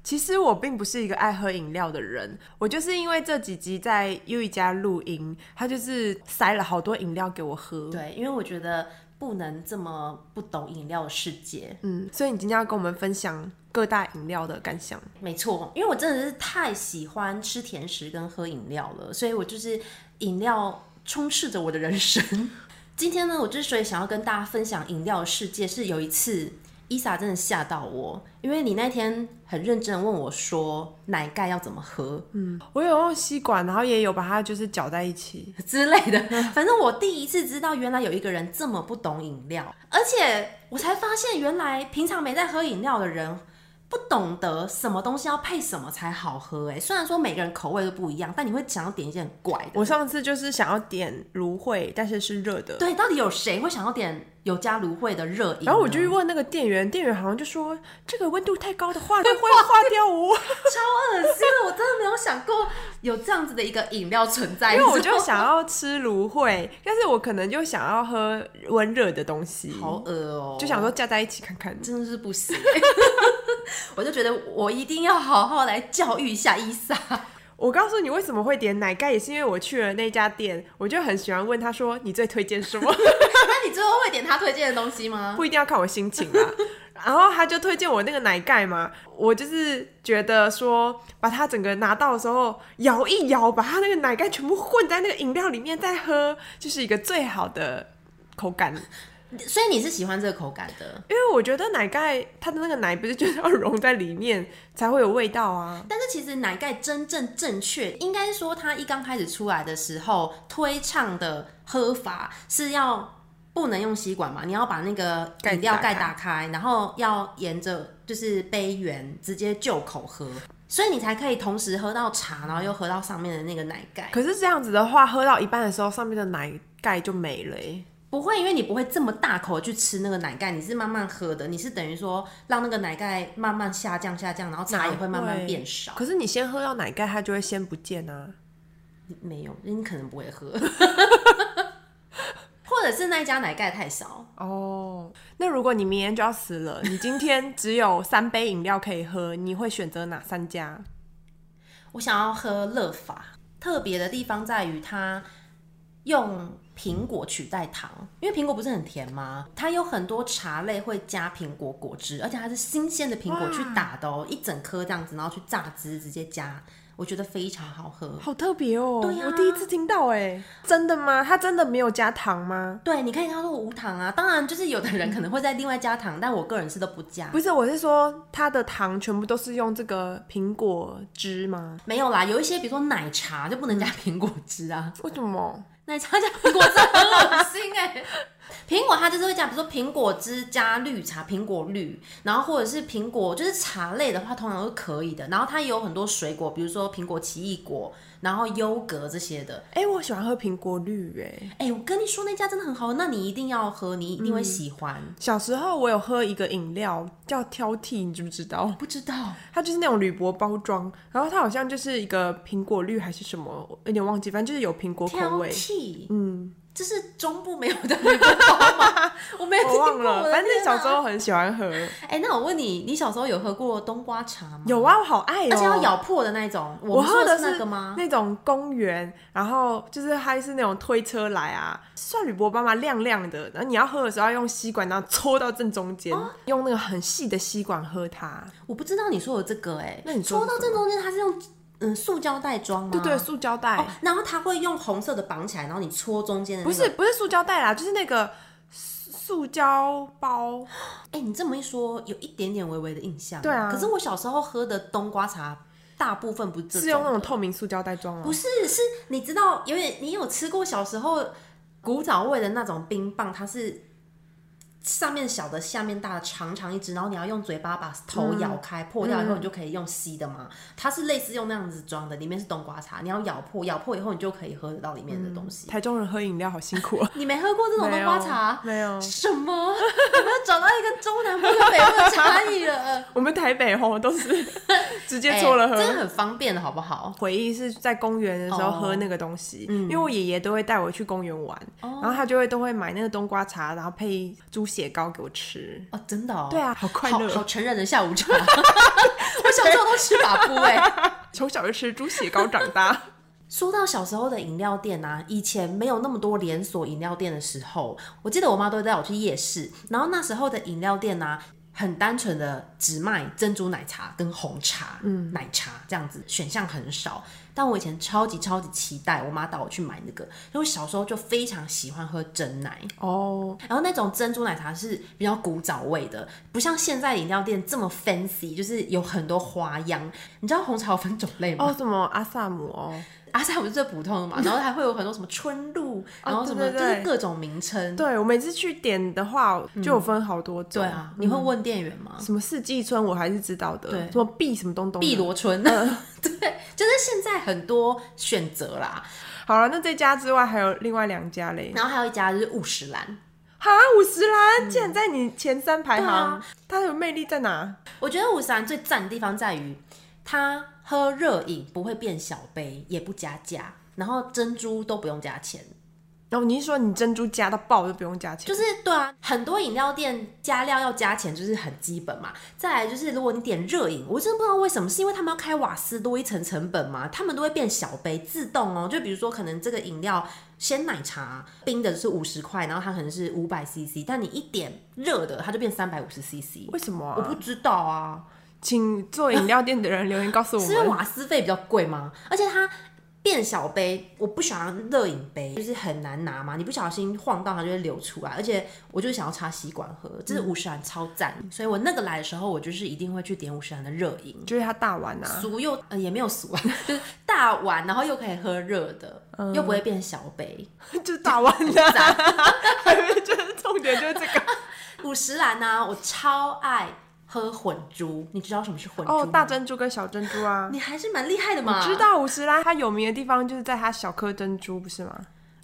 S2: 其实我并不是一个爱喝饮料的人，我就是因为这几集在优一家录音，他就是塞了好多饮料给我喝。，
S1: 对，因为我觉得不能这么不懂饮料的世界，
S2: 嗯，所以你今天要跟我们分享各大饮料的感想。
S1: 没错，因为我真的是太喜欢吃甜食跟喝饮料了，所以我就是饮料充斥着我的人生。 今天呢，我之所以想要跟大家分享饮料的世界，是有一次伊莎真的吓到我，因为你那天很认真地问我说奶盖要怎么喝，
S2: 我有用吸管，然后也有把它就是搅在一起。
S1: 之类 的。反正我第一次知道，原来有一个人这么不懂饮料，而且我才发现，原来平常没在喝饮料的人。不懂得什么东西要配什么才好喝、哎，虽然说每个人口味都不一样，但你会想要点一些很怪的。
S2: 我上次就是想要点芦荟，但是是热的。
S1: 对，到底有谁会想要点有加芦荟的热饮呢？
S2: 然后我就去问那个店员，店员好像就说这个温度太高的 话，就会化掉哦。
S1: 超恶心的，我真的没有想过有这样子的一个饮料存在。
S2: 因为我
S1: 你知
S2: 就
S1: 道吗
S2: 想要吃芦荟，但是我可能就想要喝温热的东西，
S1: 好恶哦、
S2: 就想说加在一起看看。
S1: 真的是不行、哎 我就觉得我一定要好好来教育一下伊莎。
S2: 我告诉你为什么会点奶盖，也是因为我去了那家店，我就很喜欢问他说你最推荐什么，
S1: 那你最后会点他推荐的东西吗？
S2: 不一定要看我心情啦。然后他就推荐我那个奶盖嘛，我就是觉得说把它整个拿到的时候摇一摇，把它那个奶盖全部混在那个饮料里面再喝，就是一个最好的口感。
S1: 所以你是喜欢这个口感的，
S2: 因为我觉得奶盖它的那个奶不是就是要融在里面才会有味道啊。
S1: 但是其实奶盖真正正确，应该说它一刚开始出来的时候推倡的喝法是要不能用吸管嘛，你要把那个饮料
S2: 盖
S1: 盖
S2: 子
S1: 打开，然后要沿着就是杯缘直接就口喝，所以你才可以同时喝到茶，然后又喝到上面的那个奶盖。
S2: 可是这样子的话，喝到一半的时候，上面的奶盖就没了、欸。
S1: 不会，因为你不会这么大口地去吃那个奶盖，你是慢慢喝的，你是等于说让那个奶盖慢慢下降下降，然后茶也会慢慢变少。
S2: 可是你先喝到奶盖，它就会先不见啊。
S1: 没有，你可能不会喝，或者是那一家奶盖太少。
S2: 哦，那如果你明天就要死了，你今天只有三杯饮料可以喝，你会选择哪三家？
S1: 我想要喝乐法，特别的地方在于它用苹果取代糖，因为苹果不是很甜吗？它有很多茶类会加苹果果汁，而且它是新鲜的苹果去打的哦，一整颗这样子，然后去榨汁直接加，我觉得非常好喝。
S2: 好特别哦！
S1: 对呀
S2: 我第一次听到哎，真的吗？它真的没有加糖吗？
S1: 对，你可以跟他说我无糖啊，当然就是有的人可能会在另外加糖，但我个人是都不加。
S2: 不是，我是说它的糖全部都是用这个苹果汁吗？
S1: 没有啦，有一些比如说奶茶就不能加苹果汁啊，
S2: 为什么？
S1: 奶茶 加苹果汁很恶心哎、 苹果它就是会加，比如说苹果汁加绿茶，苹果绿，然后或者是苹果就是茶类的话，通常都是可以的。然后它也有很多水果，比如说苹果奇异果，然后优格这些的。
S2: 哎、我喜欢喝苹果绿哎。
S1: 哎、我跟你说那家真的很好喝，那你一定要喝，你一定会喜欢。
S2: 小时候我有喝一个饮料叫挑剔，你知不知道？
S1: 不知道，
S2: 它就是那种铝箔包装，然后它好像就是一个苹果绿还是什么，我有点忘记，反正就是有苹果口
S1: 挑
S2: 味。
S1: 剔，
S2: 嗯，
S1: 这是中部没有的女工包 吗？我没有
S2: 我
S1: 听
S2: 忘
S1: 过，
S2: 了，
S1: 我的
S2: 反正
S1: 天啊
S2: 小
S1: 哪
S2: 时候很喜欢喝。
S1: 哎、那我问你，你小时候有喝过冬瓜茶吗？
S2: 有啊，我好爱哦、
S1: 而且要咬破的那一种。
S2: 我
S1: 我们
S2: 喝
S1: 说
S2: 的
S1: 的
S2: 是
S1: 那个吗？
S2: 那种公园，然后就是还是那种推车来啊，算铝箔包嘛，亮亮的。然后你要喝的时候要用吸管，然后戳到正中间，
S1: 哦
S2: 用那个很细的吸管喝它。
S1: 我不知道你说的这个哎、
S2: 那你说
S1: 戳
S2: 的
S1: 到正中间，它是用嗯塑胶袋装吗？
S2: 对对，塑胶袋、
S1: 哦，然后它会用红色的绑起来，然后你戳中间的、那
S2: 不
S1: 个
S2: 是不是塑胶袋啦，就是那个塑塑胶包。
S1: 哎、你这么一说，有一点点微微的印象。
S2: 对啊
S1: 可是我小时候喝的冬瓜茶，大部分不是这
S2: 是用那
S1: 种
S2: 种透明塑胶袋装
S1: 不
S2: 哦。
S1: 是，是你知道，有点你有吃过小时候古早味的那种冰棒，它是上面小的，下面大的，长长一只，然后你要用嘴巴把头咬开，破掉以后
S2: 嗯
S1: 你就可以用吸的嘛。它是类似用那样子装的，里面是冬瓜茶，你要咬破，咬破以后你就可以喝得到里面的东西。！
S2: 台中人喝饮料好辛苦啊
S1: 你没喝过这种
S2: 没
S1: 冬
S2: 有
S1: 瓜茶？
S2: 嗯没有，
S1: 什么？ 有没有找到一个中南部跟北部的差异了？
S2: 我们台北吼都 是直 接搓了喝。
S1: 哎真的很方便的好不好？
S2: 回忆是在公园的时候
S1: 哦
S2: 喝那个东西，因为我爷爷都会带我去公园玩，然后他就会都会买那个冬瓜茶，然后配猪血糕给我吃。
S1: 哦，真的哦。
S2: 对啊，好快
S1: 好好
S2: 乐！
S1: 成人的下午 茶。我小时候都吃法布哎、
S2: 从小就吃猪血糕长大。
S1: 说到小时候的饮料店啊，以前没有那么多连锁饮料店的时候，我记得我妈都会带我去夜市，然后那时候的饮料店啊。很单纯的只卖珍珠奶茶跟红茶，嗯，奶茶这样子选项很少。但我以前超级超级期待我妈带我去买那个，因为小时候就非常喜欢喝真奶，
S2: 哦，
S1: 然后那种珍珠奶茶是比较古早味的，不像现在饮料店这么 fancy，就是有很多花样。你知道红茶有分种类吗？
S2: 哦，什么阿萨姆哦？
S1: 阿萨不是最普 通的嘛，然后还会有很多什么春露，然后什么
S2: 哦对对对
S1: 就是各种名称。
S2: 对我每次去点的话，就有分好多种。
S1: 对啊，你
S2: 嗯
S1: 会问店员吗？
S2: 什么四季春我还是知道的，
S1: 对
S2: 什么碧什么东东的，
S1: 碧螺春，
S2: 嗯
S1: 对，就是现在很多选择啦。
S2: 好了，那这家之外还有另外两家嘞。
S1: 然后还有一家就是五十兰，
S2: 哈，五十岚竟然在你前三排行，
S1: 对啊
S2: 它的魅力在哪？
S1: 我觉得五十兰最赞的地方在于，它喝热饮不会变小杯，也不加价，然后珍珠都不用加钱。
S2: 然后哦你是说你珍珠加到爆就不用加钱？
S1: 就是对啊，很多饮料店加料要加钱，就是很基本嘛。再来就是，如果你点热饮，我真的不知道为什么，是因为他们要开瓦斯多一层成本嘛？他们都会变小杯，自动哦。就比如说，可能这个饮料鲜奶茶冰的是五十块，然后它可能是五百 CC，但你一点热的，它就变三百五十 CC。
S2: 为什么、
S1: 我
S2: 啊？
S1: 不知道啊，
S2: 请做饮料店的人留言告诉我
S1: 是因为
S2: 们。
S1: 瓦斯费比较贵吗？而且它变小杯，我不喜欢热饮杯，就是很难拿嘛，你不小心晃到它就会流出来。而且我就想要插吸管喝，
S2: 嗯
S1: 这是五十岚超赞，所以我那个来的时候，我就是一定会去点五十岚的热饮。
S2: 就是它大碗啊，
S1: 俗又呃也没有俗啊， 就是大碗，然后又可以喝热的，
S2: 嗯
S1: 又不会变小杯。
S2: 就是大碗啊，还没 就是重点就是这个
S1: 五十岚呢，我超爱喝混珠，你知道什么是混珠 吗？
S2: 哦，大珍珠跟小珍珠啊。
S1: 你还是蛮厉害的嘛。
S2: 知道五十岚它有名的地方就是在它小颗珍珠，不是吗？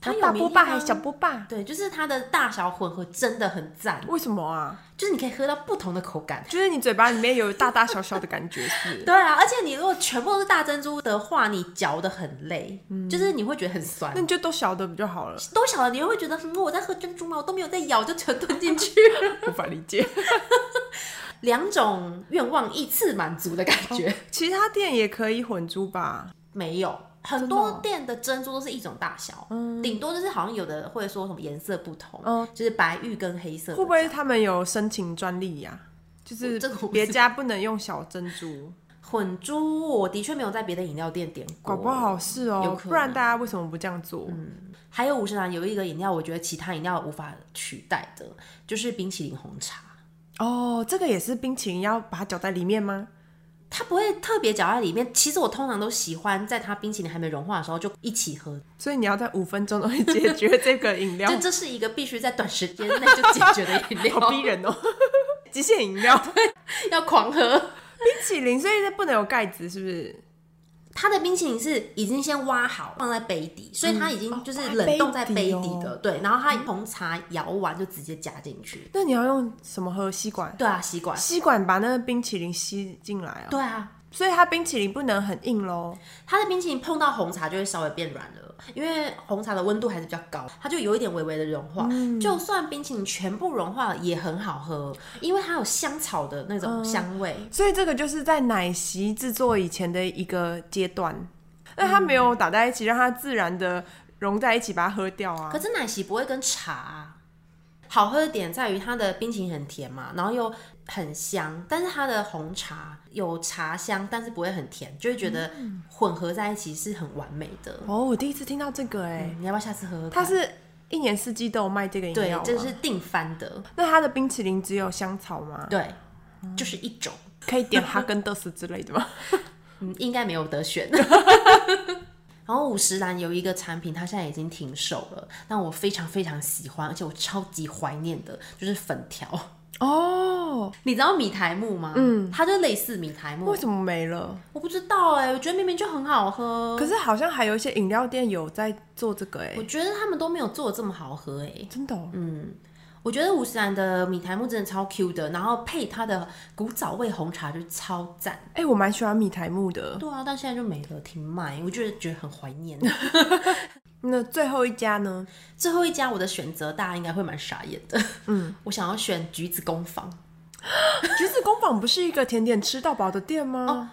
S1: 它有
S2: 大
S1: 名
S2: 波
S1: 的地
S2: 霸还是
S1: 方
S2: 小波霸？
S1: 对，就是它的大小混合真的很赞，
S2: 为什么啊？
S1: 就是你可以喝到不同的口感。
S2: 就是你嘴巴里面有大大小小的感觉是？
S1: 对啊，而且你如果全部都是大珍珠的话，你嚼的很累，就是嗯你会觉得很酸
S2: 那。你就都小的不就好了？
S1: 都小了，你又会觉得，嗯，我在喝珍珠吗？我都没有在咬，就全吞进 去，
S2: 无法理解。
S1: 两种愿望一次满足的感觉。
S2: 其他店也可以混珠吧？
S1: 哦没有，很
S2: 真的
S1: 多
S2: 哦
S1: 店的珍珠都是一种大小，顶多就是好像有的会说什么颜色不同，
S2: 嗯
S1: 就是白玉跟黑色的这样。
S2: 会不会他们有申请专利呀、就是
S1: 这个我不知
S2: 别家不能用小珍珠，
S1: 混珠？我的确没有在别的饮料店点过，
S2: 搞不好是
S1: 有
S2: 哦，
S1: 可能嗯
S2: 不然大家为什么不这样做？
S1: 还有五十岚有一个饮料，我觉得其他饮料无法取代的，就是冰淇淋红茶。
S2: 哦，这个也是冰淇淋要把它搅在里面吗？
S1: 它不会特别搅在里面。其实我通常都喜欢在它冰淇淋还没融化的时候就一起喝，
S2: 所以你要在五分钟内解决这个饮料
S1: 就， 这是一个必须在短时间内就解决的饮
S2: 好逼
S1: 料，
S2: 人哦， 极限饮料，冰
S1: 要狂喝。
S2: 淇淋，所以这不能有盖子，是不是？
S1: 它的冰淇淋是已经先挖好放在杯底，所以它已经就是
S2: 哦
S1: 冷冻在
S2: 杯
S1: 杯
S2: 底
S1: 底
S2: 哦
S1: 的，对。然后它红茶摇完就直接加进去，
S2: 那你要用什么喝吸管？
S1: 对啊，吸管，
S2: 吸管把那个冰淇淋吸进来啊，
S1: 对啊。
S2: 所以它冰淇淋不能很硬喽。
S1: 它的冰淇淋碰到红茶就会稍微变软了，因为红茶的温度还是比较高，它就有一点微微的融化。就算冰淇淋全部融化了也很好喝，因为它有香草的那种香味。
S2: 所以这个就是在奶昔制作以前的一个阶段，那它没有打在一起，让它自然的融在一起，把它喝掉啊
S1: 可。是奶昔不会跟茶啊、好喝的点在于它的冰淇淋很甜嘛，然后又很香，但是它的红茶有茶香，但是不会很甜，就会觉得混合在一起是很完美的。
S2: 哦，我第一次听到这个哎、
S1: 你要不要下次喝喝
S2: 它
S1: 看？
S2: 是一年四季都有卖这个饮
S1: 对
S2: 料，吗
S1: 这是定番的，
S2: 那它的冰淇淋只有香草吗？
S1: 对，就是一种，
S2: 可以点哈根达斯之类的吗？
S1: 嗯，应该没有得 选。然后五十岚有一个产品，它现在已经停售了，但我非常非常喜欢，而且我超级怀念的，就是粉条。
S2: 哦，
S1: 你知道米苔木吗？嗯，它就类似米苔木，
S2: 为什么没了？
S1: 我不知道哎、我觉得明明就很好喝，
S2: 可是好像还有一些饮料店有在做这个哎、
S1: 我觉得他们都没有做的这么好喝哎、
S2: 真的、哦，
S1: 我觉得五十岚的米苔木真的超 Q 的，然后配它的古早味红茶就超赞。
S2: 哎、我蛮喜欢米苔木的。
S1: 对啊，但现在就没了，停卖，我就是觉得很怀念。
S2: 那最后一家呢？
S1: 最后一家我的选择大家应该会蛮傻眼的，嗯， 我想要选橘子工坊，
S2: 橘子工坊不是一个甜点吃到饱的店吗？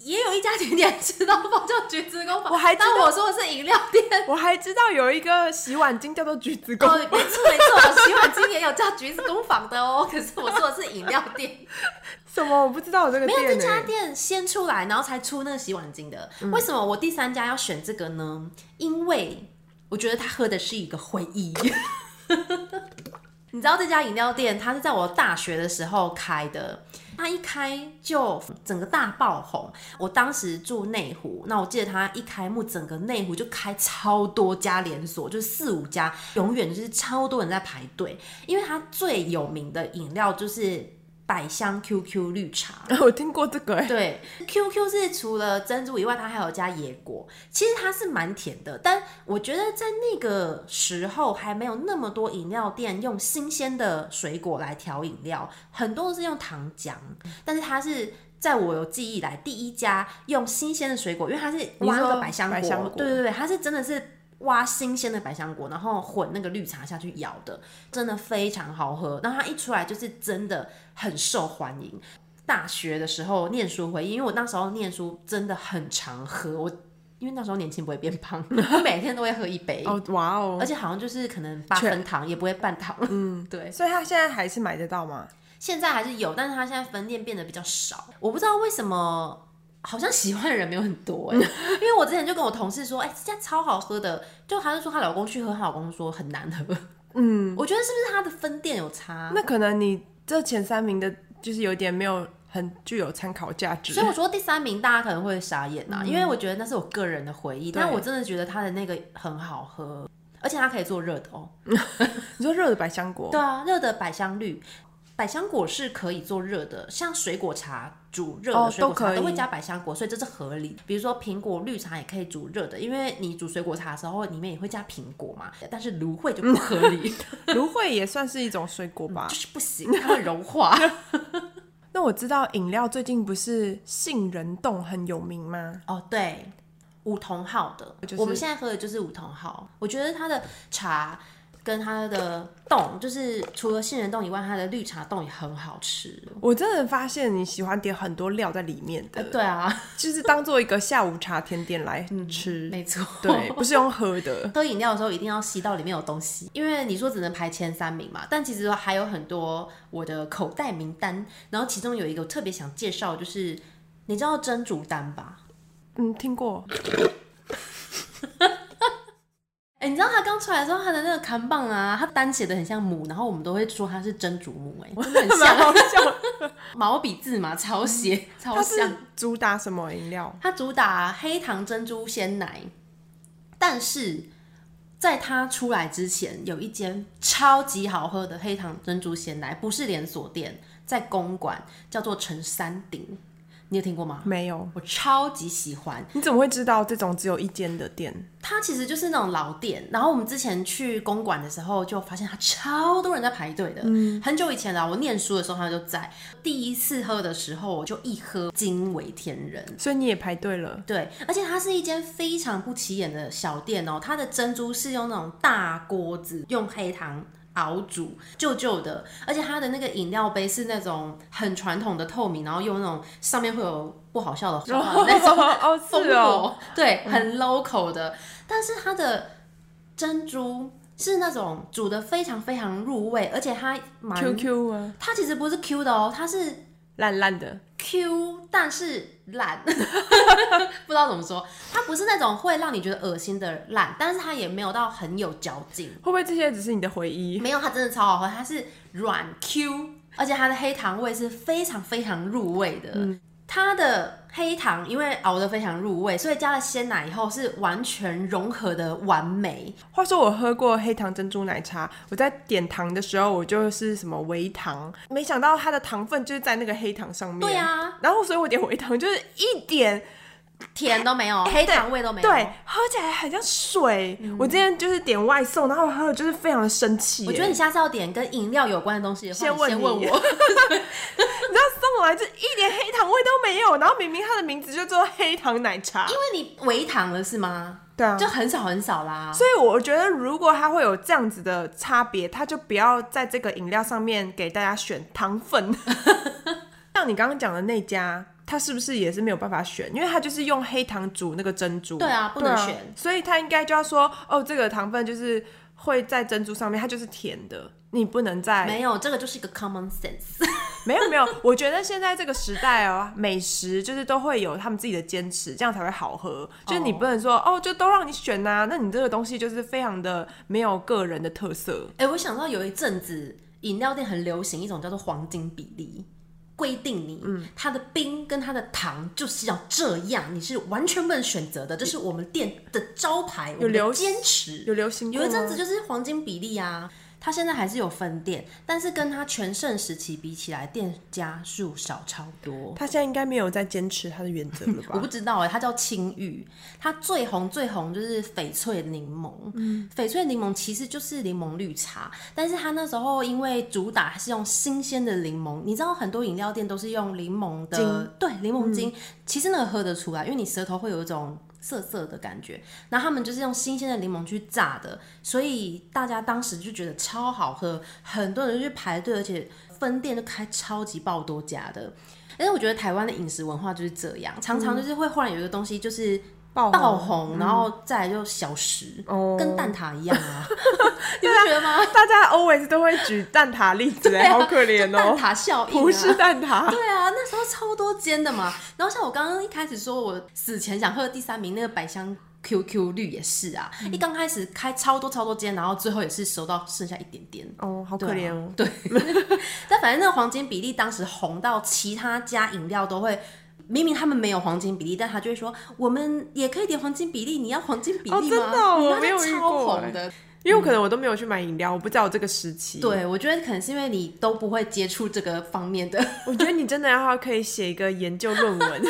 S1: 也有一家甜点吃到爆叫橘子工坊，
S2: 我还知道
S1: 但我说的是饮料店。
S2: 我还知道有一个洗碗巾叫做橘子工
S1: 哦，，没错没错，洗碗巾也有叫橘子工坊的哦，可是我说的是饮料店。
S2: 什么我不知道有这个
S1: 没有这
S2: 店、
S1: 家
S2: 欸。
S1: 店先出来，然后才出那个洗碗巾的。为什么我第三家要选这个呢？因为我觉得他喝的是一个回忆。 你知道这家饮料店，它是在我大学的时候开的，它一开就整个大爆红。我当时住内湖，那我记得它一开幕，整个内湖就开超多家连锁，就四五家，永远就是超多人在排队，因为它最有名的饮料就是百香 QQ 绿茶。
S2: 我听过这个、欸，
S1: 对，QQ 是除了珍珠以外，它还有加野果，其实它是蛮甜的。但我觉得在那个时候还没有那么多饮料店用新鲜的水果来调饮料，很多都是用糖浆，但是它是。在我有记忆以来，第一家用新鲜的水果，因为它是挖那
S2: 你
S1: 个
S2: 说
S1: 百香
S2: 百香果
S1: 对对对，它是真的是挖新鲜的百香果，然后混那个绿茶下去摇的，真的非常好喝。然后它一出来就是真的很受欢迎，大学的时候念书回忆，因为我那时候念书真的很常喝，我因为那时候年轻不会变 胖，我每天都会喝一杯，
S2: 哦哇哦
S1: 而，且好像就是可能八分糖也不会半糖。 嗯，对，
S2: 所以他现在还是买得到吗？
S1: 现在还是有，但是它现在分店变得比较少，我不知道为什么。好像喜欢的人没有很 多哎、因为我之前就跟我同事说，哎、这家超好喝的，就她就说她老公去喝，她老公说很难喝。嗯，我觉得是不是她的分店有差？
S2: 那可能你这前三名的，就是有点没有很具有参考价值
S1: 所。以我说第三名大家可能会傻眼呐、啊因为我觉得那是我个人的回忆，
S2: 嗯对
S1: 但我真的觉得它的那个很好喝，而且它可以做热的哦。
S2: 你说热的百香果，
S1: 对啊，热的百香绿。百香果是可以做热的，像水果茶煮热的
S2: 哦
S1: 水果茶、
S2: 都可以
S1: 都会加百香果，所以这是合理。比如说苹果绿茶也可以煮热的，因为你煮水果茶的时候里面也会加苹果嘛，但是芦荟就不合 理，
S2: 芦荟也算是一种水果吧
S1: 就。是不行，它会融化。
S2: 那我知道饮料最近不是杏仁冻很有名吗？
S1: 哦，对，梧桐号的，
S2: 就是
S1: 我们现在喝的就是梧桐号。我觉得它的茶跟它的冻，就是除了杏仁冻以外，它的绿茶冻也很好吃。
S2: 我真的发现你喜欢点很多料在里面的，
S1: 对啊，
S2: 就是当做一个下午茶甜点来吃。
S1: 没错，
S2: 对，不是用喝的。
S1: 喝饮料的时候一定要吸到里面有东西，因为你说只能排前三名嘛，但其实还有很多我的口袋名单，然后其中有一个我特别想介绍，就是你知道蒸竹丹吧？
S2: 嗯，听过。
S1: 哎、你知道它刚出来的时候，它的那个看棒啊，它单写的很像母，然后我们都会说它是蒸竹母、哎， 真的 很
S2: 蛮好
S1: 像
S2: 笑的。
S1: 毛笔字嘛，抄写超
S2: 它是
S1: 像。
S2: 主打什么饮料？
S1: 它主打黑糖珍珠鲜奶，但是在它出来之前，有一间超级好喝的黑糖珍珠鲜奶，不是连锁店，在公馆叫做陈三鼎，你有听过吗？
S2: 没有。
S1: 我超级喜欢，
S2: 你怎么会知道这种只有一间的店？
S1: 它其实就是那种老店。然后我们之前去公馆的时候，就发现它超多人在排队的。很久以前啦，我念书的时候它就在。第一次喝的时候，我就一喝惊为天人。
S2: 所以你也排队了。
S1: 对，而且它是一间非常不起眼的小店哦，它的珍珠是用那种大锅子用黑糖。熬煮旧旧的，而且它的那个饮料杯是那种很传统的透明，然后用那种上面会有不好笑的花的那种
S2: 哦，
S1: 风
S2: 是
S1: 格，
S2: 哦，
S1: 对，很 local 的。但是它的珍珠是那种煮的非常非常入味，而且它蛮
S2: QQ 啊，
S1: 它其实不是 Q 的哦，它是
S2: 烂烂的，
S1: Q，但是 烂，不知道怎么说。它不是那种会让你觉得恶心的烂，但是它也没有到很有嚼劲。
S2: 会不会这些只是你的回忆？
S1: 没有，它真的超好喝，它是软 Q，而且它的黑糖味是非常非常入味的。
S2: 嗯
S1: 它的黑糖因为熬得非常入味，所以加了鲜奶以后是完全融合的完美。
S2: 话说我喝过黑糖珍珠奶茶，我在点糖的时候，我就是什么微糖，没想到它的糖分就是在那个黑糖上面。
S1: 对啊，
S2: 然后所以我点微糖就是一点，
S1: 甜都没有，黑糖味都哦没有。
S2: 哎
S1: 嗯
S2: 对，喝起来很像水。我今天就是点外送，然后我喝了就是非常的生气耶。
S1: 我觉得你下次要点跟饮料有关的东西的话，
S2: 先
S1: 你
S2: 问
S1: 先
S2: 你
S1: 问我。
S2: 你知道送来就一点黑糖味都没有，然后明明它的名字就叫做黑糖奶茶。
S1: 因为你微糖了是吗？
S2: 对啊
S1: 就很少很少啦。
S2: 所以我觉得，如果它会有这样子的差别，它就不要在这个饮料上面给大家选糖 粉。像你刚刚讲的那家，它是不是也是没有办法选？因为它就是用黑糖煮那个珍珠。
S1: 对啊不能
S2: 对
S1: 选
S2: 所以它应该就要说，哦，这个糖分就是会在珍珠上面，它就是甜的，你不能在
S1: 没有，这个就是一个 common sense。
S2: 没有没有，我觉得现在这个时代哦，美食就是都会有他们自己的坚持，这样才会好喝。就是你不能说哦就都让你选呐、那你这个东西就是非常的没有个人的特色。
S1: 哎、我想到有一阵子饮料店很流行一种叫做黄金比例，规定你、
S2: 嗯
S1: 它的冰跟它的糖就是要这样，你是完全不能选择的，这是我们店的招牌，我们的
S2: 流
S1: 坚持。
S2: 有流嗯行过
S1: 有一阵
S2: 吗
S1: 子就是黄金比例啊，它现在还是有分店，但是跟它全盛时期比起来，店家数少超多。
S2: 他现在应该没有在坚持他的原则了
S1: 我
S2: 吧
S1: 不？知道哎、它叫青玉，它最红最红就是翡翠柠檬。翡翠柠檬其实就是柠檬绿茶，但是它那时候因为主打是用新鲜的柠檬，你知道很多饮料店都是用柠檬的
S2: 精，
S1: 对，柠檬精，其实那个喝得出来，因为你舌头会有一种。涩涩的感觉，然后他们就是用新鲜的柠檬去榨的，所以大家当时就觉得超好喝，很多人就去排队，而且分店就开超级爆多家的。但是我觉得台湾的饮食文化就是这样，常常就是会忽然有一个东西就是
S2: 爆
S1: 爆
S2: 红，
S1: 红，然后再来就消失，
S2: 嗯哦
S1: 跟蛋挞一 样啊， 你不觉得吗？
S2: 大家 always 都会举蛋挞例子，哎、好可怜
S1: 啊蛋
S2: 哦，
S1: 挞效应、啊，
S2: 不是蛋挞。
S1: 对啊，那时候超多间的嘛。然后像我刚刚一开始说，我死前想喝的第三名那个百香 QQ 绿也是啊，
S2: 嗯
S1: 一刚开始开超多超多间，然后最后也是收到剩下一点点。
S2: 哦，好可怜哦。对，
S1: 但反正那个黄金比例当时红到其他家饮料都会。明明他们没有黄金比例，但他就会说我们也可以点黄金比例，你要黄金比例吗？
S2: 哦真的哦
S1: 嗯
S2: 我
S1: 它
S2: 没有
S1: 是
S2: 遇
S1: 超
S2: 过哎
S1: 红的。
S2: 因为可能我都没有去买饮料，我不知道有这个时期。，
S1: 对，我觉得可能是因为你都不会接触这个方面的
S2: 我觉得你真的要可以写一个研究论文。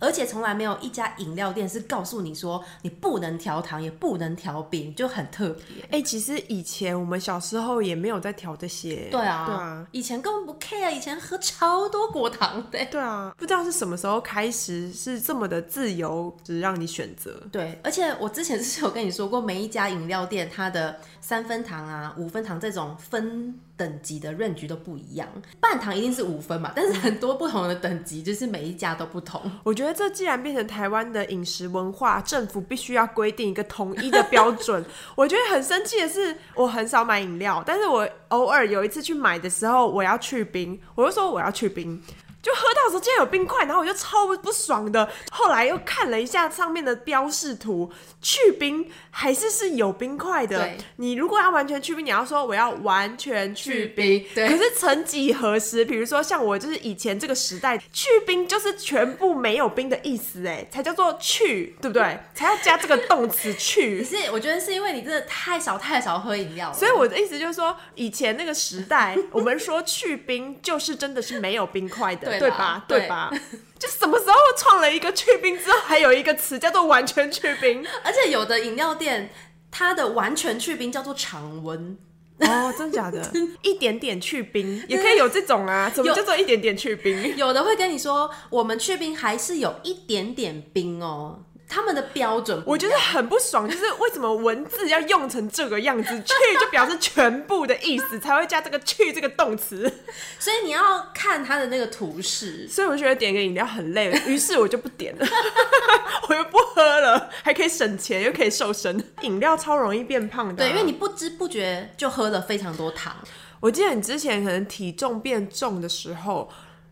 S1: 而且从来没有一家饮料店是告诉你说你不能调糖，也不能调冰，就很特别。
S2: 哎、其实以前我们小时候也没有在调这些，
S1: 对啊，
S2: 对啊，
S1: 以前根本不 care，以前喝超多果糖的。
S2: 对啊，不知道是什么时候开始是这么的自由，只让你选择。
S1: 对，而且我之前 是有跟你说过，每一家饮料店它的三分糖啊、五分糖这种分等级的 range 都不一样。半糖一定是五分嘛，但是很多不同的等级，就是每一家都不同。
S2: 我觉得这既然变成台湾的饮食文化，政府必须要规定一个统一的标准。我觉得很生气的是，我很少买饮料，但是我偶尔有一次去买的时候，我要去冰，我就说我要去冰。就喝到的时候竟然有冰块，然后我就超不爽的。后来又看了一下上面的标示图，去冰还是是有冰块的
S1: 对。
S2: 你如果要完全去冰，你要说我要完全去冰。
S1: 冰，对
S2: 可，是曾几何时，比如说像我就是以前这个时代，去冰就是全部没有冰的意思，哎，才叫做去，对不 对？才要加这个动词
S1: 可
S2: 去。
S1: 是我觉得是因为你真的太少太少喝饮料了，
S2: 所以我的意思就是说，以前那个时代，我们说去冰就是真的是没有冰块的，
S1: 对啦
S2: 对吧？
S1: 对
S2: 对吧？就什么时候创了一个去冰之后，还有一个词叫做完全去 冰？
S1: 而且有的饮料店它的完全去冰叫做常温，
S2: 哦，真假 的？一点点去冰也可以有这种啊？什么
S1: 有
S2: 叫做一点点去冰？
S1: 有的会跟你说我们去冰还是有一点点冰哦，他们的标准不
S2: 我
S1: 一
S2: 就是
S1: 样
S2: 很不爽， 就是为什么文字要用成这个样子？去就表示全部的意思，才会加这个去这个动词。
S1: 所以你要看它的那个图示。
S2: 所以我觉得点个饮料很累， 于是我就不点了， 我又不喝了，还可以省钱，又可以瘦身。饮料超容易变胖的啊、
S1: 对，因为你不知不觉就喝了非常多糖，
S2: 我记得你之前可能体重变重的时候，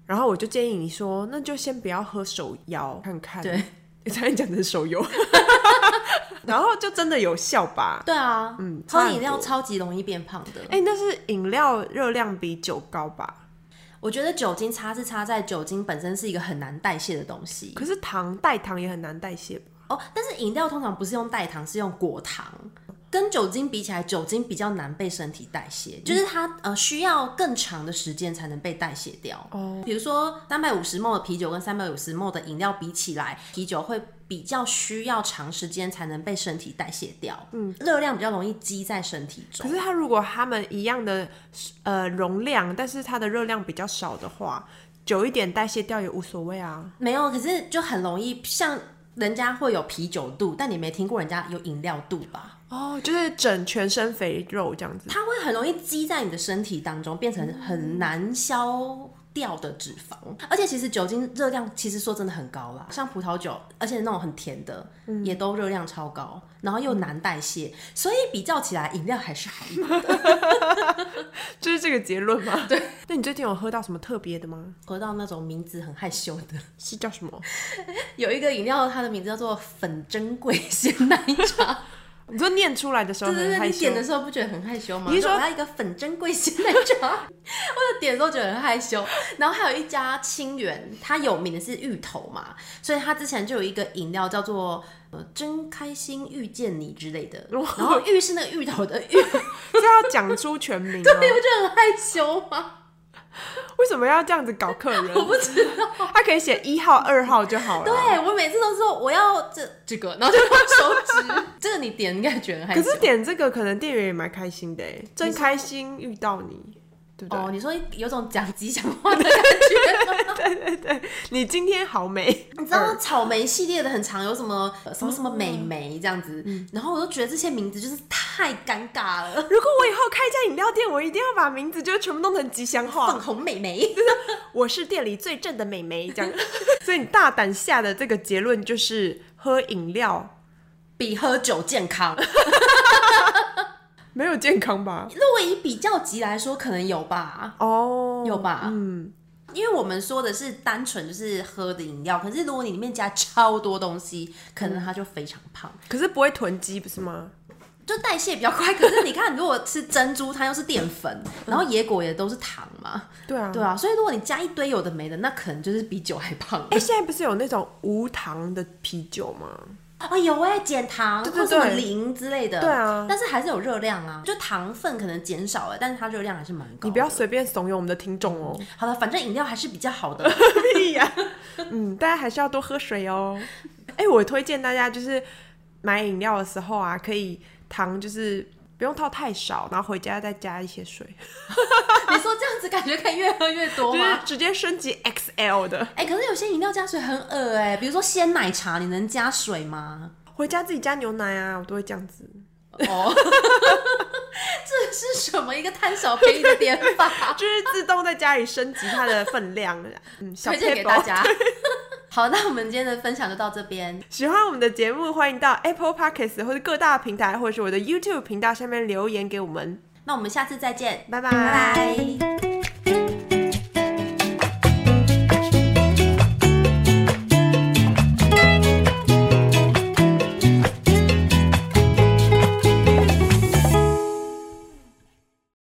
S2: 然后我就建议你说，那就先不要喝手摇看看。
S1: 对，
S2: 你差点讲成手游， 然后就真的有效吧？
S1: 对啊，
S2: 嗯差
S1: 喝
S2: 很
S1: 饮料
S2: 多
S1: 超级容易变胖的。
S2: 哎、但是饮料热量比酒高吧？
S1: 我觉得酒精差是差在酒精本身是一个很难代谢的东西
S2: 可是糖代糖也很难代谢吧？
S1: 哦，但是饮料通常不是用代糖，是用果糖。跟酒精比起来，酒精比较难被身体代谢，
S2: 嗯
S1: 就是它呃需要更长的时间才能被代谢掉。哦，比如说三百五十 ml 的啤酒跟三百五十 ml 的饮料比起来，啤酒会比较需要长时间才能被身体代谢掉，嗯，热量比较容易积在身体中
S2: 可。是它如果它们一样的呃容量，但是它的热量比较少的话，久一点代谢掉也无所谓啊。
S1: 没有，可是就很容易像人家会有啤酒肚，但你没听过人家有饮料肚吧？
S2: 哦，就是整全身肥肉这样子。
S1: 它会很容易积在你的身体当中，变成很难消掉的脂肪。而且其实酒精热量其实说真的很高啦，像葡萄酒，而且那种很甜的、也都热量超高，然后又难代谢，所以比较起来，饮料还是 好一点。
S2: 就是这个结论吗？对。那你最近有喝到什么特别的吗？
S1: 喝到那种名字很害羞的，
S2: 是叫什么？
S1: 有一个饮料，它的名字叫做粉珍贵鲜奶茶。
S2: 你说念出来的时候
S1: 对对
S2: 很
S1: 对，
S2: 害
S1: 你
S2: 羞
S1: 点。的时候不觉得很害羞吗？
S2: 你是说
S1: 我要一个粉珍贵鲜奶茶？我有点的时候觉得很害羞。然后还有一家清源，它有名的是芋头嘛，所以它之前就有一个饮料叫做呃“真开心遇见你”之类的，然后芋是那个芋头的芋，
S2: 这要讲出全 名吗？
S1: 你不觉得很害羞吗？
S2: 为什么要这样子搞客 人？
S1: 我不知道。
S2: 他可以写一号、二号就好了。
S1: 对我每次都说我要这这个，然后就用手指。 这个你点应该觉得很害羞。
S2: 可是点这个，可能店员也蛮开心的哎，真开心遇到你，对不对？
S1: 哦，你说有种讲吉祥话的感觉吗。
S2: 你今天好美，
S1: 你知道草莓系列的很长，有什么呃什么什
S2: 哦
S1: 么美
S2: 嗯
S1: 眉这样子，然后我就觉得这些名字就是太尴尬了。
S2: 如果我以后开一家饮料店，我一定要把名字就全部弄成吉祥
S1: 粉
S2: 话。
S1: 红美眉，
S2: 我是店里最正的美眉，这 样。所以你大胆下的这个结论就是，喝饮料
S1: 比喝酒健康。
S2: 没有健康吧？
S1: 如果以比较级来说，可能有吧，
S2: 哦，
S1: 有吧。
S2: 嗯，
S1: 因为我们说的是单纯就是喝的饮料，可是如果你里面加超多东西，可
S2: 嗯
S1: 能它就非常胖，
S2: 可是不会囤积，不是吗？
S1: 就代谢比较快。可是你看，如果吃珍珠，它又是淀粉，
S2: 嗯
S1: 然后野果也都是糖嘛，
S2: 对啊，
S1: 对。啊。所以如果你加一堆有的没的，那可能就是比酒还胖。
S2: 哎、现在不是有那种无糖的啤酒吗？
S1: 啊，有哎、减糖
S2: 对对
S1: 或什么
S2: 对
S1: 零之类的，
S2: 对啊
S1: 但是还是有热量啊，就糖分可能减少了，但是它热量还是蛮高。
S2: 你不要随便怂恿我们的听众哦。
S1: 好了，反正饮料还是比较好 的。
S2: 屁呀、嗯，大家还是要多喝水 哦。哎、我推荐大家就是买饮料的时候啊，可以糖就是不用倒太少，然后回家再加一些 水，
S1: 你说这样子感觉可以越喝越多
S2: 就是
S1: 吗？
S2: 直接升级 XL 的，
S1: 哎、可是有些饮料加水很恶哎、比如说鲜奶茶，你能加水吗？
S2: 回家自己加牛奶啊，我都会这样 子。
S1: 哦，这是什么一个贪小便宜的点法？
S2: 就是自动在家里升级它的分 量。嗯， 小
S1: 推荐给
S2: paper
S1: 大。 家。好，那我们今天的分享就到这边。
S2: 喜欢我们的节目，欢迎到 Apple Podcast 或者各大平台，或者是我的 YouTube 频道下面留言给我们。
S1: 那我们下次再见，
S2: 拜拜
S1: 拜拜